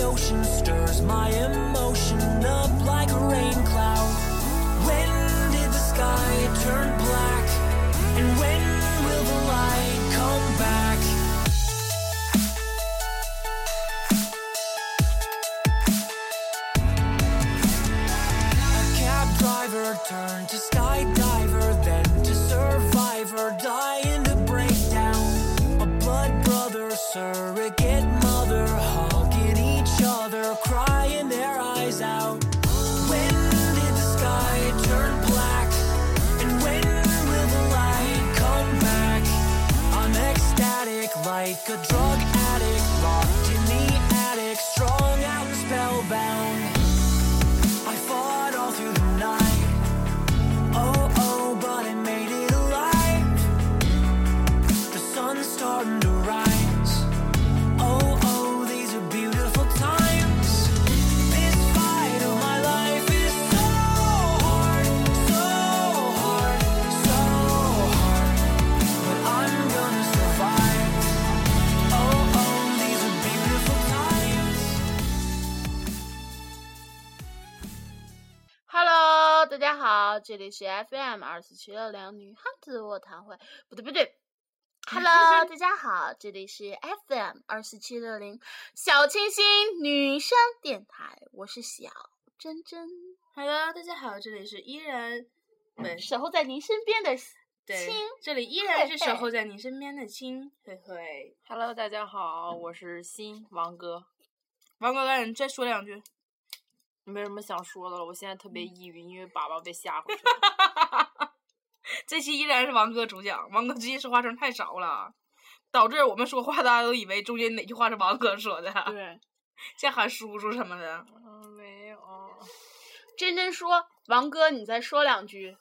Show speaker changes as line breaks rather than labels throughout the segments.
motion stirs my emotion up like a rain cloud. When did the sky turn black? And when will the light come back? A cab driver turned to skydiver, then to survivor, dying to break down. A blood brother, surrogate mother, hugging each other, crying their eyes out. When did the sky turn black? And when will the light come back? I'm ecstatic like a drug addict, locked in the attic, strung out and spellbound. I fought all through the night. Oh, oh, but I made it alive. The sun's starting to rise. Oh, oh, these are beautiful times. This fight of my life is so hard, so hard, so hard. But I'm gonna survive. Oh, oh, these are beautiful times.
Hello，大家好，这里是 FM 二四七六零女汉子卧谈会，不对不对。Hello，大哎 家好，这里是 FM 二四七六零小清新女生电台，我是小珍珍，
Hello，大家好，这里是依然，本
守候在您身边的
对
嗯亲，
这里依然是
嘿
守
嘿
候在你身边的亲慧慧。
Hello，大家好，我是新王哥。
王哥哥，你再说两句。
没什么想说的了，我现在特别
嗯
抑郁，因为粑粑被吓回去了。
这期依然是王哥主讲，王哥最近说话声太少了，导致我们说话大家都以为中间哪句话是王哥说的，
对，
像喊叔叔什么
哦
的。
嗯，没有。
珍珍说：“王哥，你再说两句。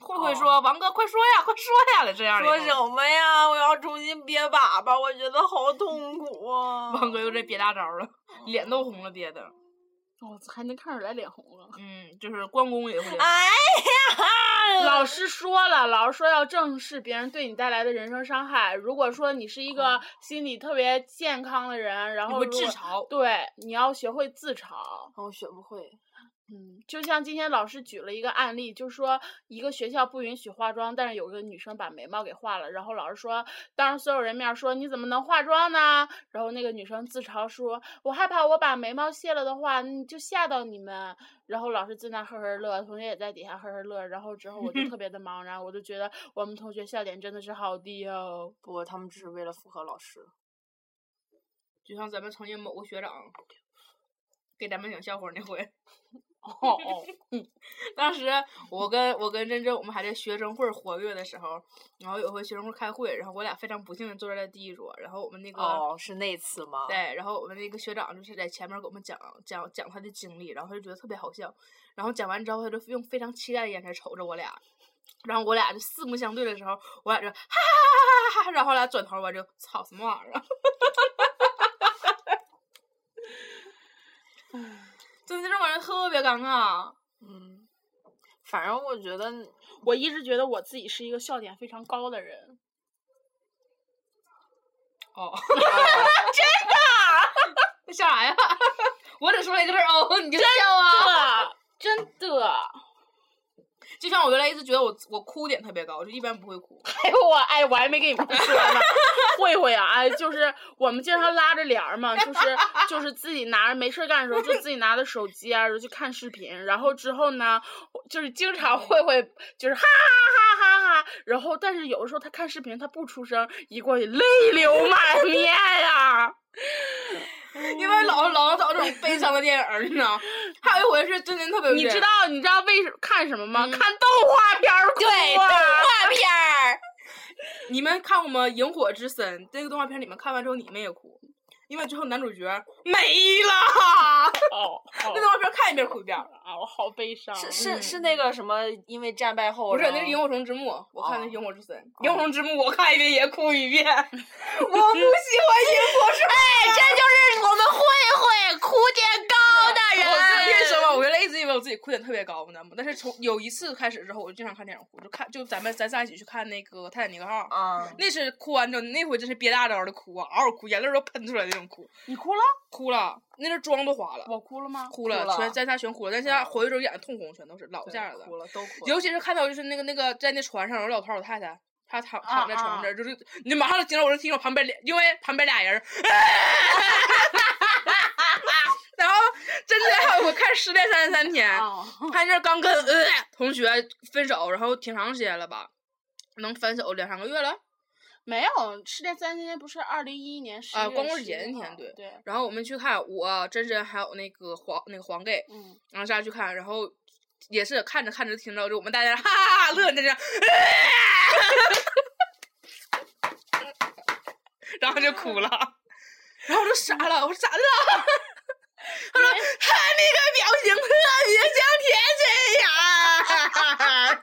慧慧说：“王哥，快说呀，快说呀了。”这样的
说
一种。
什么呀？我要重新憋粑粑，我觉得好痛苦啊！
王哥又在憋大招了，脸都红了，憋的。
哦，还能看出来脸红了。
嗯，就是关公也
啊
会。
哎呀，
老师说了，老师说要正视别人对你带来的人身伤害。如果说你是一个心理特别健康的人，然
嗯你
后
会
如
自
果
嘲
对，你要学会自嘲。
我哦学不会。
嗯，就像今天老师举了一个案例，就说一个学校不允许化妆，但是有个女生把眉毛给画了，然后老师说，当着所有人面说你怎么能化妆呢？然后那个女生自嘲说，我害怕我把眉毛卸了的话，嗯就吓到你们。然后老师在那呵呵乐，同学也在底下呵呵乐。然后之后我就 特别的茫然，我就觉得我们同学笑点真的是好低哦。
不过他们只是为了符合老师。
就像咱们曾经某个学长给咱们讲笑话那回，
哦哦，
当时我跟我跟珍珍我们还在学生会活跃的时候，然后有回学生会开会，然后我俩非常不幸的坐在第一桌，然后我们那个、
哦，是那次吗？
啊对，然后我们那个学长就是在前面给我们讲讲讲他的经历，然后他就觉得特别好笑，然后讲完之后他就用非常期待的眼神瞅着我俩，然后我俩就四目相对的时候，我俩就哈哈哈哈哈哈，然后我俩转头我就操什么玩意儿啊，真的这玩意儿特别尴尬。
嗯，反正我觉得
我一直觉得我自己是一个笑点非常高的人。
哦，真的？笑啥呀？我只说了一个字儿哦，你就笑啊？
真的，真的。
就像我原来一直觉得我我哭点特别高，就一般不会哭。
哎呦我哎，我还没跟你们说呢，慧慧啊，哎，就是我们经常拉着帘儿嘛，就是就是自己拿着没事儿干的时候，就自己拿着手机啊，然后去看视频，然后之后呢，就是经常慧慧就是哈哈哈哈哈，然后但是有的时候她看视频她不出声，一过去泪流满面呀、
因为老老找这种悲伤的电影儿，你知道？还有一回是真真特别，
你知道你知道为什看什么吗？看动画片儿哭啊！
画片儿。 你们看过吗？《萤火之森》这个动画片，你们看完之后你们也哭，因为最后男主角没了。
哦
那动画片看一遍哭一遍儿。
啊，我好悲伤。
是
嗯
是是那个什么，因为战败后
不是，那是
然
《萤火虫之墓》，我看的是《
哦
萤火之森》萤火虫之墓》我看一遍也哭一遍。 我不喜欢萤火虫。哎，
这就是我们慧慧哭点高
哦我知道为什么，我原来一直以为我自己哭点特别高呢嘛。但是从有一次开始之后，我就经常看电影哭，就看就咱们咱仨一起去看那个《泰坦尼克号》，
啊，
那是哭完之后，那回真是憋大招的哭啊，嗷嗷哭，眼泪都喷出来那种哭，
你哭了？
哭了，那阵妆都花了，
我哭了吗？
哭了，
哭了
全咱仨全哭了，咱仨回去之后眼睛通红，全都是老
对
吓人
哭了，都哭了。
尤其是看到就是那个那个在那船上有老头儿老太太，她躺躺在
啊
床
啊
这儿，就是你马上就听到我就听到旁边俩，因为旁边俩 人儿， 然后真的还有我看《失恋三十三天》，
哦
啊，
他那刚跟、呃、同学分手，然后挺长时间了吧，能分手两三个月了。
没有，《失恋三十天》不是二零一一年十
啊
月
光棍
11
节那
号
天对
对，
然后我们去看我真真还有那个黄那个黄盖，
嗯，
然后下去看，然后也是看着看着听着，就我们大家哈哈哈乐，在这样，然后就哭了，然后我就傻了，我说咋的了？他说他那个表情特别像甜心眼儿。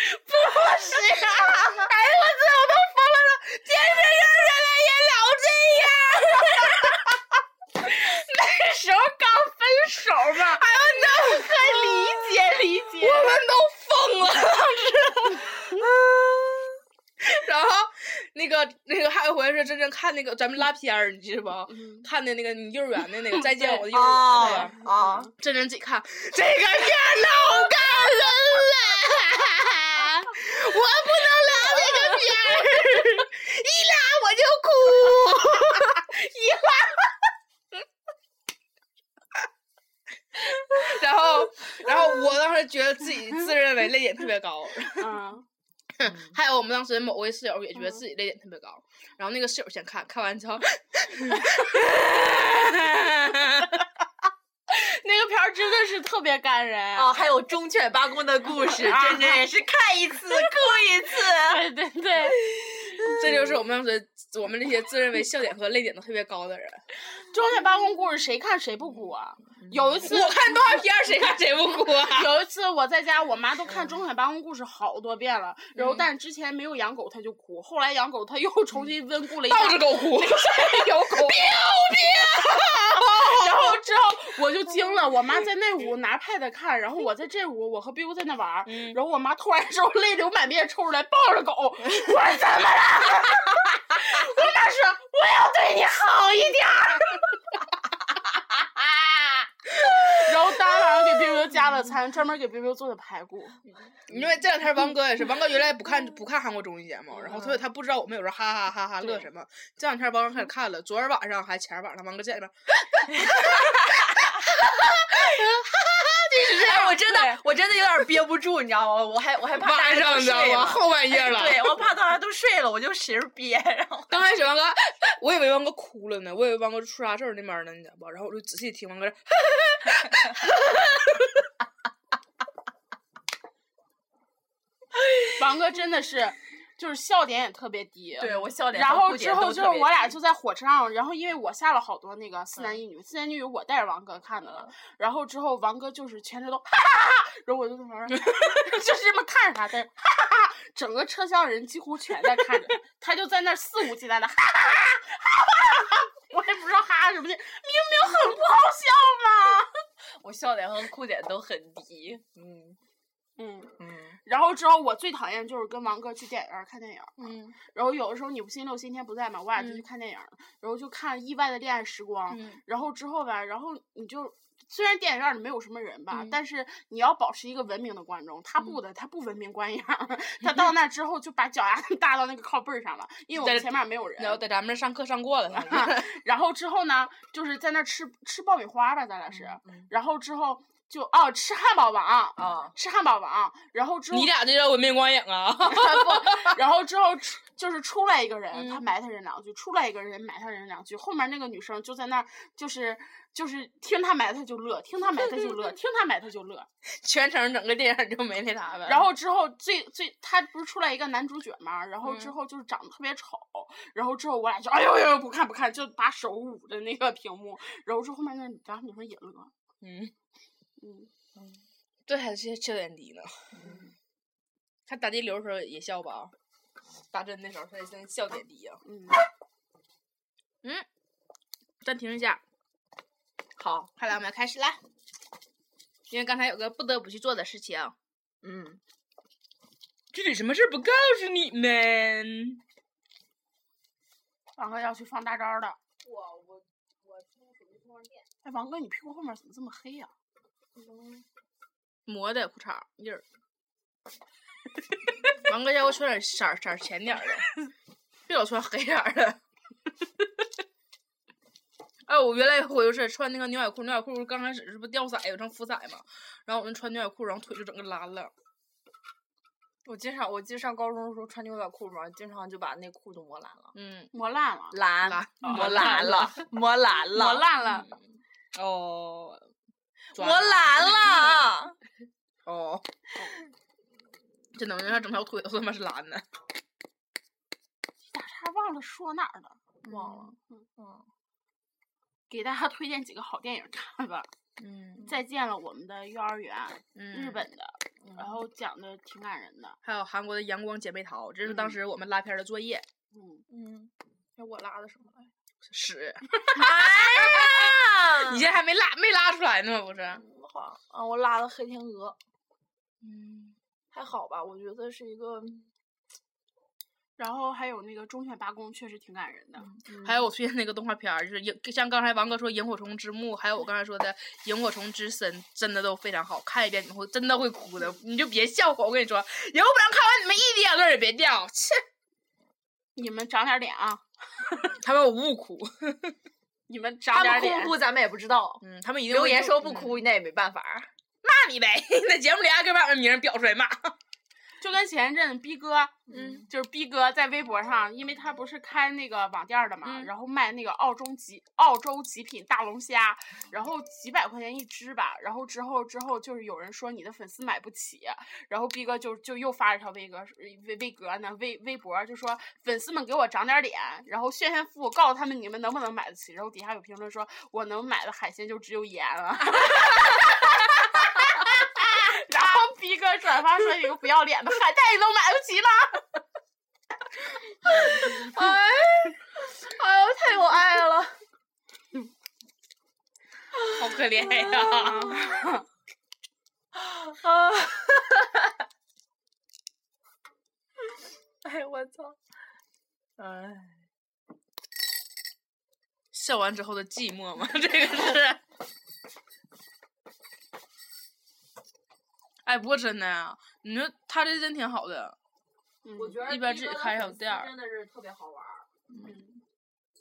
不是、啊，哎呦我操，我都疯了！甜心眼儿原来也老这样。啊
那时候刚分手嘛，
哎呦，你知道
可以理解理解。
我们都疯了， 当时。然后那个那个还有一回是真正看那个咱们拉片儿，你知道不？
嗯
看的那个你幼儿园的 那个再见
对哦
我的幼儿园
啊
那个，
啊！
真真自己看这个片儿老感人了，我不能拉这个片儿，一拉我就哭，一拉。然后，然后我当时觉得自己自认为泪点特别高，
嗯，
还有我们当时某位室友也觉得自己泪点特别高，然后那个室友先看看完之后，
那个片儿真的是特别感人
嗯哦
啊，！还有忠犬八公的故 事，
啊
真真也是看一次哭一次。
对对对，
这就是我们当时我们这些自认为笑点和泪点都特别高的人。
忠犬八公故事谁看谁不哭啊？
嗯
有一次，
我看动画片儿谁看谁不哭 啊？
有一次我在家，我妈都看《忠犬八公》故事好多遍了，然后
嗯
但是之前没有养狗，她就哭，后来养狗，她又重新温故了一下
抱，着狗 哭，
有狗，然后之后我就惊了，我妈在那屋拿 pad 看，然后我在这屋，我和 biu 在那玩儿，
嗯
然后我妈突然之后泪流满面冲出来，抱着狗，我说怎么了？ 我妈说我要对你好一点儿。 然后当天晚上给 biu biu 加了餐，专门给 biu biu 做的排骨。
因为这两天王哥也是，王哥原来不看不看韩国综艺节目，然后所以他不知道我们有时候哈哈哈哈乐什么。这两天王哥开始看了，昨儿晚上还前儿晚上，王哥在那边，
哎，我真的，我真的有点憋不住，你知道吗？我还我还怕大
晚
家
上
都
你知道
睡
吗？
了。哎
后半夜了。哎
对，我怕大家都睡了，我就使劲憋，然后
刚开始王哥，我以为王哥哭了呢，我以为王哥出啥事儿那边儿呢，你知道吧？然后我就仔细听王哥这，
王哥真的是，就是笑点也特别低。
对我笑脸
然
和
后
哭
之
点
后
都
就
特
是
别
我俩
低
就在火车上，然后因为我下了好多那个四男一女，四男一女我带着王哥看的了，然后之后王哥就是全程都哈哈哈，然后我就在旁边就是这么看着他，但是哈哈哈，整个车厢人几乎全在看着他，他就在那儿肆无忌惮的哈哈哈哈哈哈，我也不知道哈哈什么的，明明很不好笑嘛。
我笑点和哭点都很低。嗯
嗯，
嗯，
然后之后我最讨厌就是跟王哥去电影院看电影，
嗯
然后有的时候你不星期六、星期天不在嘛，我俩就
嗯
去看电影儿，然后就看《意外的恋爱时光》
嗯
然后之后吧，然后你就虽然电影院里没有什么人吧，
嗯
但是你要保持一个文明的观众，他不的，他不文明观影儿， 他到那儿之后就把脚丫子 搭到那个靠背儿上了，因为我
在
们
这
前面没有
然后
人。
在咱们这上课上 过了，他
啊然后之后呢，就是在那儿吃吃爆米花吧，咱俩是，
嗯
然后之后就哦吃汉堡王，
哦
啊，
吃汉堡王，然后之后
你俩这叫文明观影啊？
不，然后之后出就是出来一个人，他
嗯
埋汰人两句，出来一个人埋汰人两句，后面那个女生就在那儿，就是就是听他埋汰就乐，听他埋汰就乐，听他埋汰就乐。
全程整个电影就没那啥呗。
然后之后最最他不是出来一个男主角嘛，然后之
嗯
后就是长得特别丑，然后之后我俩就哎呦呦不看不看，就把手捂着那个屏幕，然后之后后面那俩女生也乐，
嗯，嗯
嗯，
这还是笑点低呢。 看打滴流的时候也笑吧，啊打针的时候他真笑点低啊。
嗯，
暂停一下，
好，
看来我们要开始啦。因为刚才有个不得不去做的事情。啊
嗯，
具体什么事儿不告诉你们。
王哥要去放大招的。
我我我充手机充上电，
哎，王哥，你屁股后面怎么这么黑啊呀、
磨的裤衩儿印儿。王哥叫我穿点色儿色儿浅点儿的，别老穿黑色儿的。哎，我原来我就是穿那个牛仔裤，牛仔裤刚开始是不掉色，有成浮色嘛，然后我就穿牛仔裤，然后腿就整个拉了。
我经常我记得上高中的时候穿牛仔裤嘛，经常就把内裤都磨烂了，
嗯，
磨烂了。
烂
拉
磨
拉
烂了， 磨烂了，
磨烂了，
哦，抓
磨
了
烂了。
哦， 真的，我那整条腿都他妈是蓝的。
大叉忘了说哪儿了，
忘了，嗯
给大家推荐几个好电影看吧。
嗯
再见了，我们的幼儿园，
嗯，
日本的，然后
嗯
讲的挺感人的。
还有韩国的《阳光姐妹淘》，这是
嗯
当时我们拉片儿的作业。
嗯，
嗯，那我拉的什么来着？
屎，
哎 呀
你现在还没拉没拉出来呢吗？不是？
我好像啊，我拉的黑天鹅，
嗯，
还好吧？我觉得是一个，
然后还有那个《忠犬八公》，确实挺感人的。
嗯
还有我推荐那个动画片儿，就是萤，像刚才王哥说《萤火虫之墓》，还有我刚才说的《萤火虫之森》，真的都非常好看一遍，你会真的会哭的，你就别笑话。我跟你说，以后不然看完你们一滴眼泪儿也别掉，切，
你们长点脸啊！
他们我不哭，
你们长
他
点
们
脸
哭。不哭咱们也不知道，
嗯，他们一定
留
会
言
就
说不
嗯
哭，那也没办法。
骂你 呗，在节目里还给把我们名儿 表出来骂。
就跟前一阵逼哥，
嗯，
就是逼哥在微博上，因为他不是开那个网店儿的嘛，
嗯
然后卖那个澳洲极澳洲极品大龙虾，然后几百块钱一只吧，然后之后之后就是有人说你的粉丝买不起，然后逼哥就就又发了一条微格微微格呢微微博就说粉丝们给我长点儿脸，然后炫炫富，告诉他们你们能不能买得起，然后底下有评论说我能买的海鲜就只有盐了。 然后逼哥转发说有个不要脸的海带你都买不起了，
哎，哎呦，太有爱 了！
好可怜呀！
啊！ 哎，我操！哎，
笑完之后的寂寞嘛，这个是。哎，不过真的呀、你说他这真挺好的，
我
觉得
一边自己开小店儿
真的是特别好玩儿。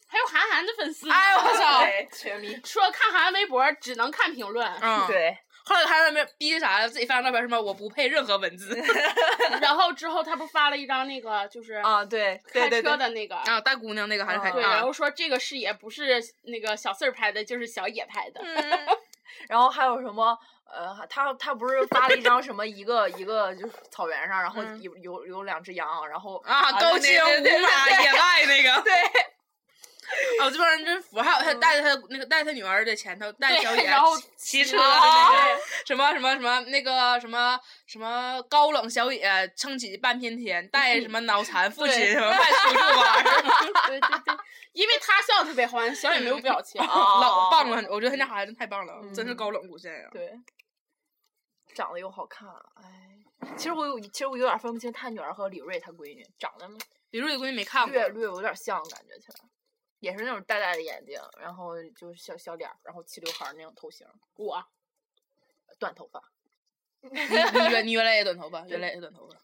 还有韩寒的粉丝呢，
哎我操
对，全民
说看韩寒微博只能看评 论，
嗯，。
对，
后来他在那边逼啥自己发张照片，什么我不配任何 文字
然后之后他不发了一张那个
嗯
就是
啊，对，对
开
对
车
对，
的那个，
啊，大姑娘那个还是
啊
还
嗯对，
啊
然后说这个视野不是那个小四儿拍的，就是小野拍
嗯
的，
嗯
然后还有什么？呃，他他不是发了一张什么一个一个就是草原上，然后
嗯
有有有两只羊，然后
啊，高清
对对
无码野外那个，
对，嗯
啊，我这帮人真服，还有他带着他那个带他女儿的前头带
对
小野，
然后
骑车的
啊
那个什么什么什么那个什么什么高冷小野撑起半边天，带什么脑残父亲
对
什么外出去玩儿，
对对对，因为他笑得特别欢，小野没有表情。
哦
老棒了！我觉得他家孩子太棒了，
嗯
真是高冷啊路线呀。
对，长得又好看，哎，其实我有，其实我有点分不清他女儿和李锐他闺女，长得
李璐有闺女没看过，
略略有点像，感觉起来，也是那种大大的眼睛，然后就是小小脸儿，然后齐刘海儿那种头型，
我
短头发，
你你原你原来也短头发，原来也短头发。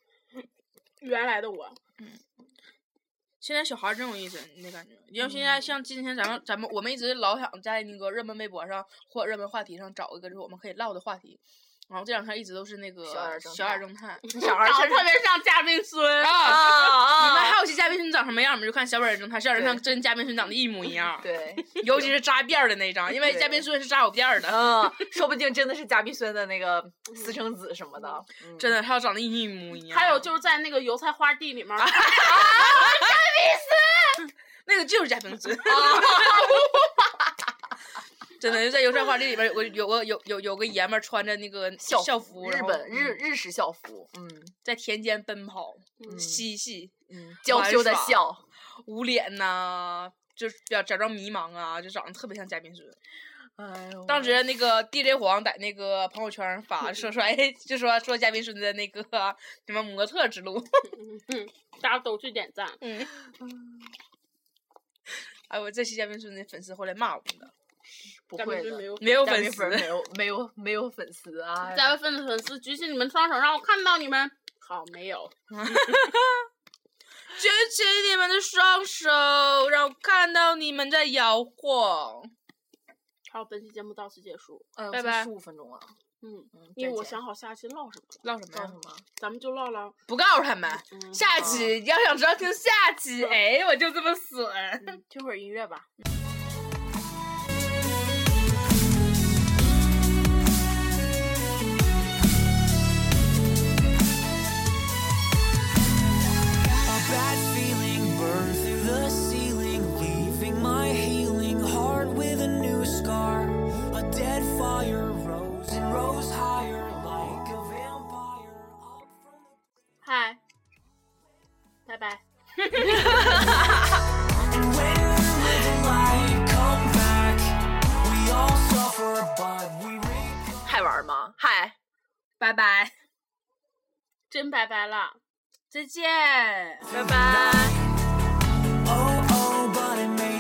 原来的我，
现在小孩儿真有意思，你得感觉，因为现
嗯
在像今天咱们咱们我们一直老想在那个热门微博上或热门话题上找一个就是我们可以唠的话题，然后这两天一直都是那个
小眼儿侦
小眼儿
探
侦探
小孩
长得
真
特别像嘉宾孙。
啊，你们
啊
还有些嘉宾群长什么样，我们就看小本儿侦探，小本儿侦探跟嘉宾群长的一模一样，
对，
尤其是扎辫儿的那张，因为嘉宾孙是扎有辫儿的，
嗯，说不定真的是嘉宾孙的那个私生子什么的，嗯
真的，他长得一模一样。
还有就是在那个油菜花地里面，
那个就是嘉宾孙，
哦
真的就在油菜花地里边有个有个有有有个爷们儿穿着那个
校
校服，
日
然后
本日日式校服，嗯
在田间奔跑
嗯，
嬉戏，
嗯，娇羞的
玩耍
笑。
捂脸呐、就是表假装迷茫啊，就长得特别像嘉宾孙。
哎呦，
当时那个 DJ 黄在那个朋友圈上发，说说哎，就说说嘉宾孙的那个什么模特之路，
大家都去点赞。
嗯， 哎，我这期嘉宾孙的粉丝后来骂我们的，
不
咱们
会
真没
的，
有，
没有
加
粉
微
丝
粉，没有没有没有粉丝啊！
加微粉的粉丝举起你们双手，让我看到你们。好，没有。
举起你们的双手，让我看到你们在摇晃。
好，本期节目到此结束。
哎呦，
拜拜
十五分钟了，
嗯，
嗯，
因为
再
我
见
想好下期唠什么了，
唠什么
叫
呀
什？么？啊
咱们就唠唠。
不告诉他们。
嗯，
下期要想知道听下期，哎，我就这么损。
嗯听会儿音乐吧。
A bad feeling burned through the ceiling, leaving my healing heart with a new scar. A dead fire rose and rose higher like a vampire. Up from the
嗨，拜拜。
And when we're with the light, come back. We all suffer, but we reap.
还玩吗？嗨，
拜拜，
真拜拜了。
再见，拜拜。
Oh,